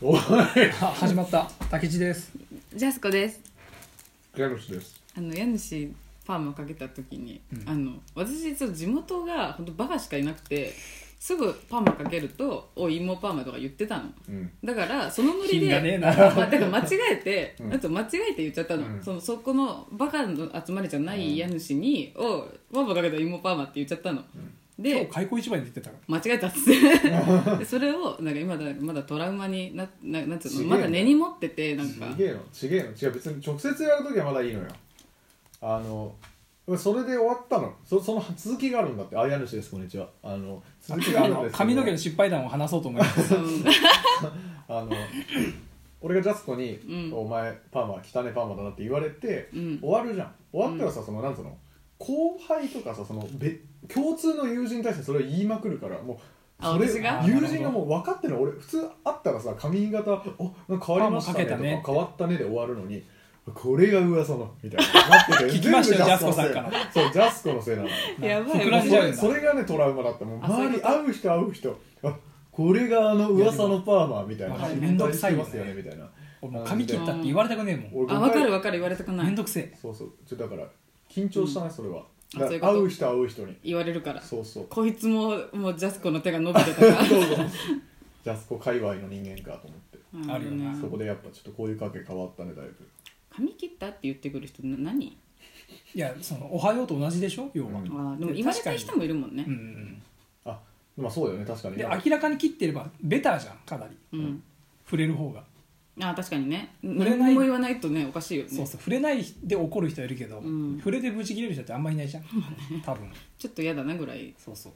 おいあ始まった竹地ですジャスコです家主ですあの家主パーマかけた時に、あの私ちょっと地元が本当バカしかいなくてすぐパーマかけると「おい芋パーマ」とか言ってたのうんだからそのノリ品がねえで、なまあ、だから間違えて、うんあと間違えて言っちゃったの、うんそのそこのバカの集まりじゃない家主に「おいパーマかけた芋パーマ」って言っちゃったの、今日で開口一番に出てたか間違えたっつって でそれをなんか今だまだトラウマになななんつうすげえのなまだ根に持っててなんちかげえのちげえの違う別に直接やるときはまだいいのよあのそれで終わったのそその続きがあるんだってあ家主ですこんにちはあの続きらがああるんのですけど髪の毛の失敗談を話そうと思います そのあの俺がジャスコに「うんお前パーマ汚ねパーマだな」って言われて、うん終わるじゃん終わったらさ、そのなんつうの後輩とかさそのべ共通の友人に対してそれを言いまくるからもうあそれ私が友人がもう分かってるの俺普通会ったらさ髪型「おなんか変わりましパーたね」マかけたねとか「変わったね」で終わるのにこれが噂のみたいななってて 聞きましたよ全部のせいジャスコさんからそうジャスコのせいなのやば膨いらんじゃうそれそれがねトラウマだったもうあそういう周りこと会う人会う人あこれがあの噂のパーマみたいなわかる知りためんどくさいよねますよねみたいな俺もう髪切ったって言われたくねえも俺あ分かる分かる言われたくんなめんいどくせえそうそうちょだから緊張したね、それはあだそういうこと会う人会う人に言われるからそうそうこいつももうジャスコの手が伸びてた からどうぞジャスコ界隈の人間かと思って、あるよなうんそこでやっぱちょっとこういう関係変わったねだいぶ髪切ったって言ってくる人な何いやその「おはよう」と同じでしょ要は、ううんんあーでも言われた人もいるもんねうんうんあまあそうだよね確かにで明らかに切ってればベターじゃんかなりうん、触れる方が、あー確かにねれない何も言わないとねおかしいよねそうそう触れないで怒る人いるけど、うん触れてブチ切れる人ってあんまいないじゃん多分ちょっと嫌だなぐらいそうそう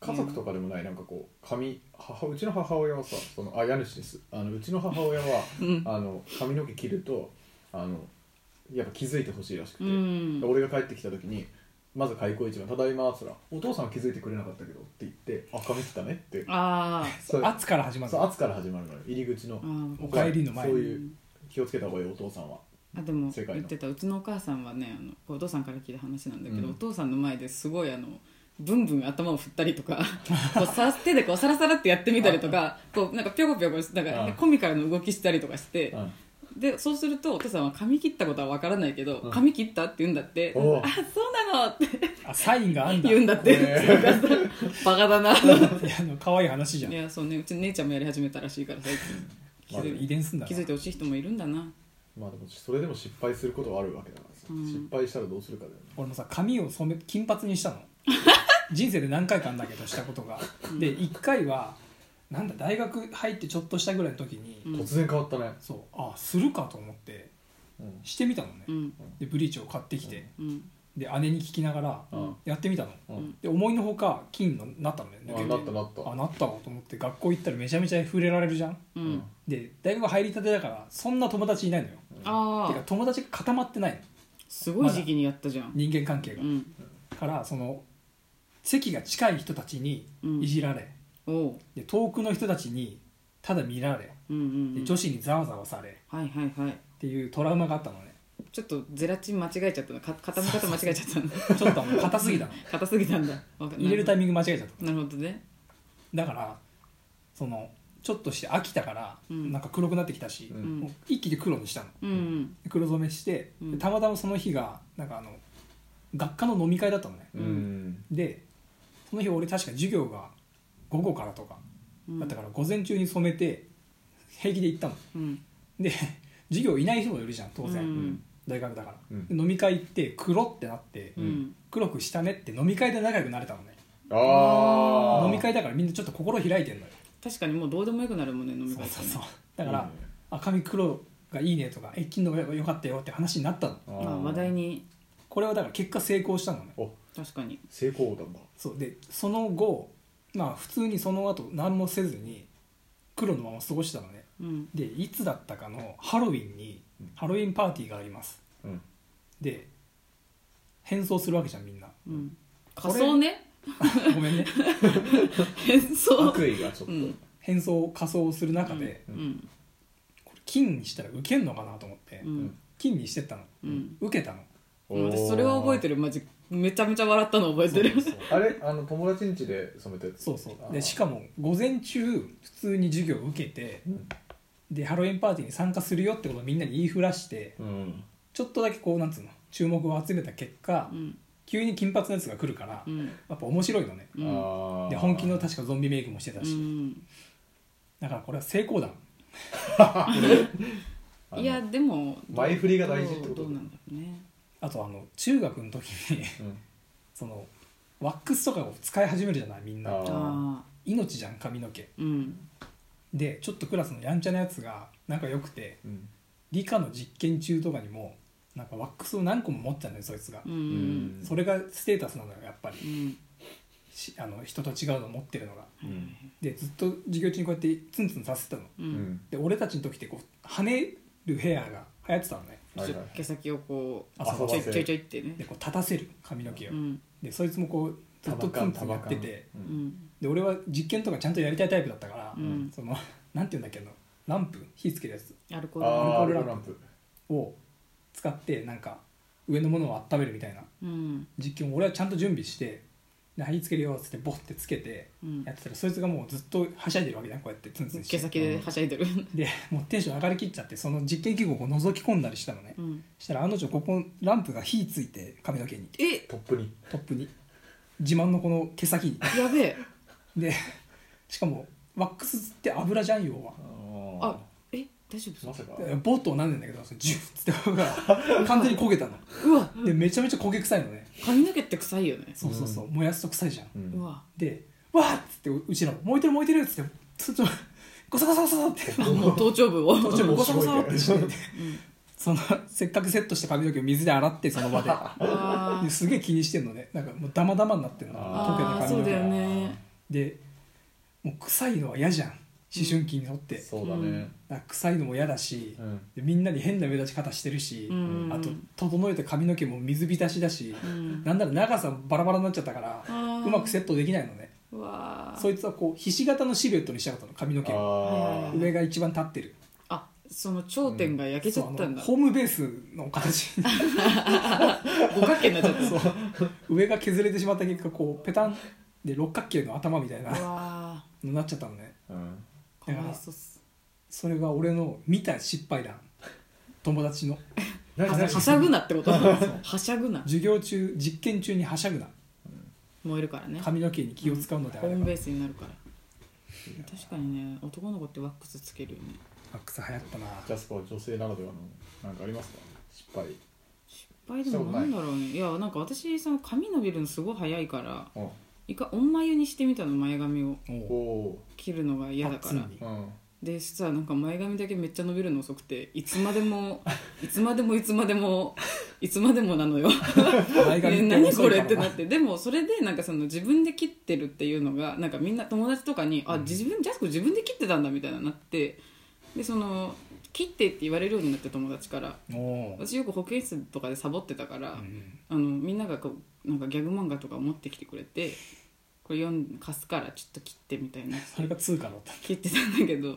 家族とかでもないなんかこう髪母うちの母親はさそのあ家主ですあのうちの母親は、うんあの髪の毛切るとあのやっぱ気づいてほしいらしくて、うん俺が帰ってきた時にまず開口一番「ただいま」っつったら「お父さんは気づいてくれなかったけど」って言って「あ髪切ったね」ってあそう圧から始まるそう圧から始まるのよ入り口のーあーお帰りの前にそういう気をつけた方がいいお父さんはあでも世界の言ってたうちのお母さんはねあのお父さんから聞いた話なんだけど、うんお父さんの前ですごいあのブンブン頭を振ったりとか こうさ手でこうサラサラってやってみたりとかこうなんかぴょこぴょこなんあかコミカルな動きしたりとかしてうんでそうするとお父さんは髪切ったことはわからないけど、うん髪切ったって言うんだってあおうそうなのってあサインがあんだ言うんだって、へ バカだ ないやあの可愛い話じゃんいやそうねうちの姉ちゃんもやり始めたらしいから最近まあ気づい遺伝すんだな気づいてほしい人もいるんだなまあでもそれでも失敗することはあるわけだからさ、うん失敗したらどうするかだよね俺もさ髪を染め金髪にした の人生で何回かあんだけどしたことがで1回はなんだ大学入ってちょっとしたぐらいの時に、うん突然変わったね、そうあするかと思ってうんしてみたのね、うんでブリーチを買ってきて、うんで姉に聞きながらうんやってみたの、うんで思いのほか金になったのね抜けあてなったなったあなったわと思って学校行ったらめちゃめちゃ触れられるじゃんうん、うんで大学入りたてだからそんな友達いないのよあてかあ友達が固まってないのすごい時期にやったじゃん、人間関係が、うんからその席が近い人たちにうんいじられ、おうで遠くの人たちにただ見られうんうん、うでん、女子にざわざわされっはいはいはいていうトラウマがあったのねちょっとゼラチン間違えちゃったのか固め方間違えちゃったの ちょっとあの硬すぎたの硬すぎたんだわか入れるタイミング間違えちゃったなるほどねだからそのちょっとして飽きたから、うんなんか黒くなってきたし、ううんもうん一気に黒にしたのうんうんで黒染めして、うんでたまたまその日がなんかあの学科の飲み会だったのねううんんでその日俺確か授業が午後からとかうんだったから午前中に染めて平気で行ったのうんで授業いない人もいるじゃん当然、うん大学だから、うんで飲み会行って黒ってなって、ううん黒くしたねって飲み会で仲良くなれたのねあー飲み会だからみんなちょっと心開いてんのよ確かにもうどうでもよくなるもんね飲みそう会ってそねうそうだからいいね「あ髪黒がいいね」とか「え金のが良かったよ」って話になったのあまあー話題にこれはだから結果成功したのねお確かに成功だんだそうでその後まあ普通にその後何もせずに黒のまま過ごしてたのねうんでいつだったかのハロウィンにうんハロウィンパーティーがあります うんで変装するわけじゃんみんなうんこれ仮装ねごめんね変装悪意がちょっと、うん変装仮装する中で、うんこれ金にしたらウケんのかなと思って、うん金にしてったの、うん受けたのうん私それは覚えてるるマジめちゃめちゃ笑ったの覚えてるそう あれあの友達ん家で染めてそうそうあーでしかも午前中普通に授業受けてうんでハロウィンパーティーに参加するよってことをみんなに言いふらしてうんちょっとだけこうなんつうの注目を集めた結果、うん急に金髪のやつが来るから、うやんっぱ面白いのね、うんあーで本気の確かゾンビメイクもしてたうし、んだからこれは成功談あのいやでも前振りが大事ってことどうどうなんだろうねあとあの中学の時に うんそのワックスとかを使い始めるじゃないみんあなーあ命じゃん髪の毛ーうんでちょっとクラスのやんちゃなやつが仲良くてうん理科の実験中とかにもなんかワックスを何個も持ってたのよそいつがう、んそれがステータスなのよやっぱりうんしあの人と違うの持ってるのがうんでずっと授業中にこうやってツンツンさせてたのううんんで俺たちの時ってこう跳ねるヘアが流行ってたのねはいはい毛先をこうあそうちょいちょいちょいってねでこう立たせる髪の毛を、うんでそいつもこうずっとツンツンやっててううんんで俺は実験とかちゃんとやりたいタイプだったから、うんそのなんていうんだっけあのランプ火つけるやつアルコあーールアルコーアルラルコンープルランプを使ってなんか上のものを温めるみたいなうん実験を俺はちゃんと準備して「ではいつけるよ」っつってボッてつけてうんやってたらそいつがもうずっとはしゃいでるわけだこうやってツンツンして毛先ではしゃいでるでもうテンション上がりきっちゃってその実験器具をこう覗き込んだりしたのね、 うんしたらあの女ここランプが火ついて髪の毛にえトップにトップに自慢のこの毛先にやべえでしかもワックスって油じゃんよはあえ大丈夫まさかボッとなんでんだけどそのジュッつって方が完全に焦げたのうわでめちゃめちゃ焦げ臭いのね髪の毛って臭いよねそうそうそう、燃やすと臭いじゃん、うんうわでわーっつってうちらも燃えてる燃えてるっつってちょっとゴサゴサゴサゴサってあもう頭頂部をこっちもゴサゴサってしててうんそのせっかくセットした髪の毛を水で洗ってその場であーですげえ気にしてんのねなんかもうダマダマになってんの溶けあたー髪そうの毛だよがねでもう臭いのは嫌じゃん思春期にとって、そうだねだから臭いのも嫌だし、うんでみんなに変な目立ち方してるし、うんあと整えた髪の毛も水浸しだし、うんなんなら長さバラバラになっちゃったから、あーうまくセットできないのねうわーそいつはこうひし形のシルエットにしたかったの髪の毛をあうんー上が一番立ってるあその頂点が焼けちゃそうっあたんのだホームベースの形に五角形になっちゃったそう上が削れてしまった結果こうペタンで六角形の頭みたいな うわのになっちゃったのねうんーかわいそうっすそれが俺の見た失敗談友達の何は何はしゃぐなってことはしゃぐな授業中実験中にはしゃぐな燃えるからね髪の毛に気を使うのであホれーば、ムワベーッスになるから確かにね男の子ってワックスつけるよねクス流行ったなジャスパー女性ならではのなんかありますか失敗失敗でもなんだろうねいやなんか私その髪伸びるのすごい早いからうん一回おんまゆにしてみたの前髪をおうお切るのが嫌だかパらッツンにーうんで実はなんか前髪だけめっちゃ伸びるの遅くていつまでもいつまでもいつまでもいつまでもなのよ前え髪何遅こいかれらってなってでもそれでなんかその自分で切ってるっていうのがなんかみんな友達とかに「あ自分ジャスコ自分で切ってたんだ」みたいななってでその切ってって言われるようになって友達からおおう、私よく保健室とかでサボってたから、うんあのみんながこうなんかギャグ漫画とか持ってきてくれてこれ読ん貸すからちょっと切ってみたいなそれが通貨だった切ってたんだけど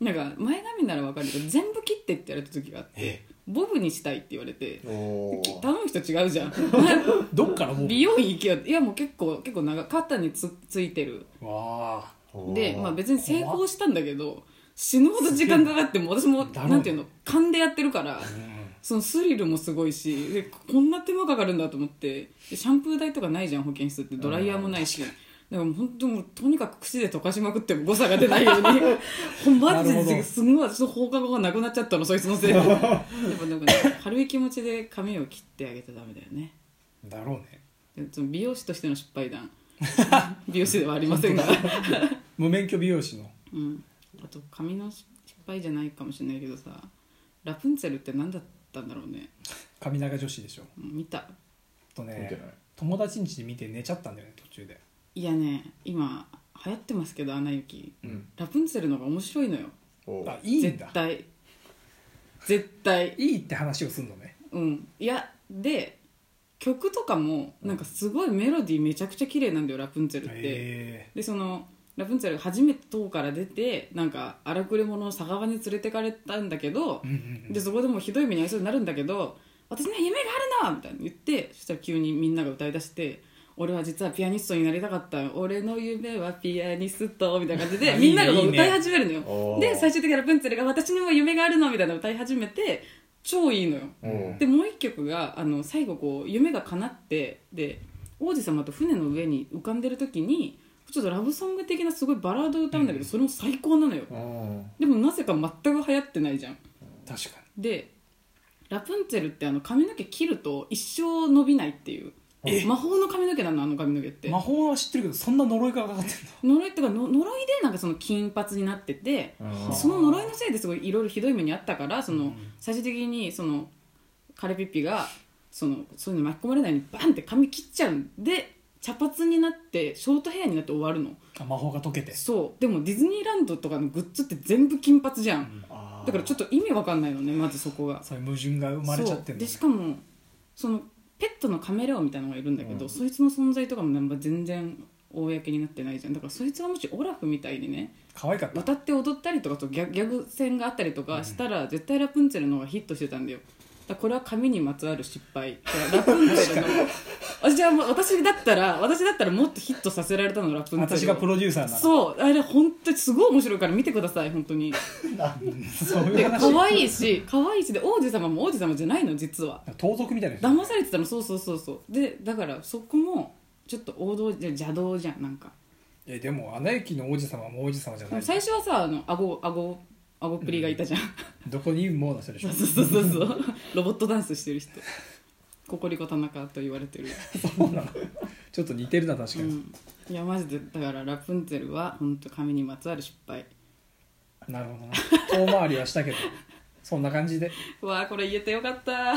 なんか前髪ならわかるけど全部切ってって言われた時があってボブにしたいって言われておー頼む人違うじゃんどっからもう美容院行けよいやもう結構結構長い肩につついてるわあおーで、まあ、別に成功したんだけど死ぬほど時間かかっても私もだろうねなんていうの勘でやってるからうんそのスリルもすごいしでこんな手間かかるんだと思ってでシャンプー台とかないじゃん保健室ってドライヤーもないし。だからもう本当もうとにかく口で溶かしまくっても誤差が出ないようにほんマジなるほどですごい私の放課後がなくなっちゃったのそいつのせいでやっぱなんか、ね、軽い気持ちで髪を切ってあげちゃダメだよねだろうねその美容師としての失敗談 美容師ではありま せんが、無免許美容師のうん、あと髪の失敗じゃないかもしれないけどさラプンツェルって何だったんだろうね髪長女子でしょうん見たと見てねない友達ん家で見て寝ちゃったんだよね途中でいやね今流行ってますけど「アナ雪うん」ラプンツェルの方が面白いのよおーあいいん絶だ対絶対いいって話をするのねうんいやで曲とかもなんかすごいメロディーめちゃくちゃ綺麗なんだよラプンツェルって、へえでそのラプンツェルが初めて塔から出てなんか荒くれ者を酒場に連れてかれたんだけど、うんうんうんでそこでもうひどい目に遭いそうになるんだけど「私には夢があるの!」みたいに言ってそしたら急にみんなが歌い出して「俺は実はピアニストになりたかった俺の夢はピアニストみたいな感じでみんながこう歌い始めるのよおーで最終的にラプンツェルが私にも夢があるのみたいなの歌い始めて超いいのようんでもう一曲があの最後こう夢が叶ってで王子様と船の上に浮かんでる時にちょっとラブソング的なすごいバラードを歌うんだけど、それも最高なのようんでもなぜか全く流行ってないじゃん確かでラプンツェルってあの髪の毛切ると一生伸びないっていうえ魔法の髪の毛なのあの髪の毛ってに魔法は知ってるけどそんな呪いがかかってんだ呪いっていうかの呪いでなんかその金髪になっててうんその呪いのせいですごいいろいろひどい目にあったからその、最終的にそのカレピッピがそのそういうの巻き込まれないようにバンって髪切っちゃうんで茶髪になってショートヘアになって終わるのあ魔法が解けてそうでもディズニーランドとかのグッズって全部金髪じゃん、あーだからちょっと意味わかんないのねまずそこがそういう矛盾が生まれちゃってそうるでしかもそのペットのカメレオンみたいなのがいるんだけど、そいつの存在とかもなんか全然公になってないじゃんだからそいつがもしオラフみたいにね可愛かった渡って踊ったりとかとギャギャグ戦があったりとかしたら、絶対ラプンツェルの方がヒットしてたんだよだからこれは髪にまつわる失敗だからラプンツェルの私はもう私だったら私だったらもっとヒットさせられたのラプンツェルを私がプロデューサーなのそうあれ本当にすごい面白いから見てください本当にそういうで話可愛いし可愛いしで王子様も王子様じゃないの実は盗賊みたいな人騙されてたのそうそうそうそうでだからそこもちょっと王道じゃ邪道じゃんなんかえでもアナ雪の王子様も王子様じゃない最初はさあの顎顎顎プリがいたじゃん、どこにもうな人でしょそうそうそうそうロボットダンスしてる人ココリコ田中と言われてる、そうなの ちょっと似てるな確かうに、ん、いやマジでだからラプンツェルは本当髪にまつわる失敗なるほどな遠回りはしたけどそんな感じでうわあこれ言えてよかった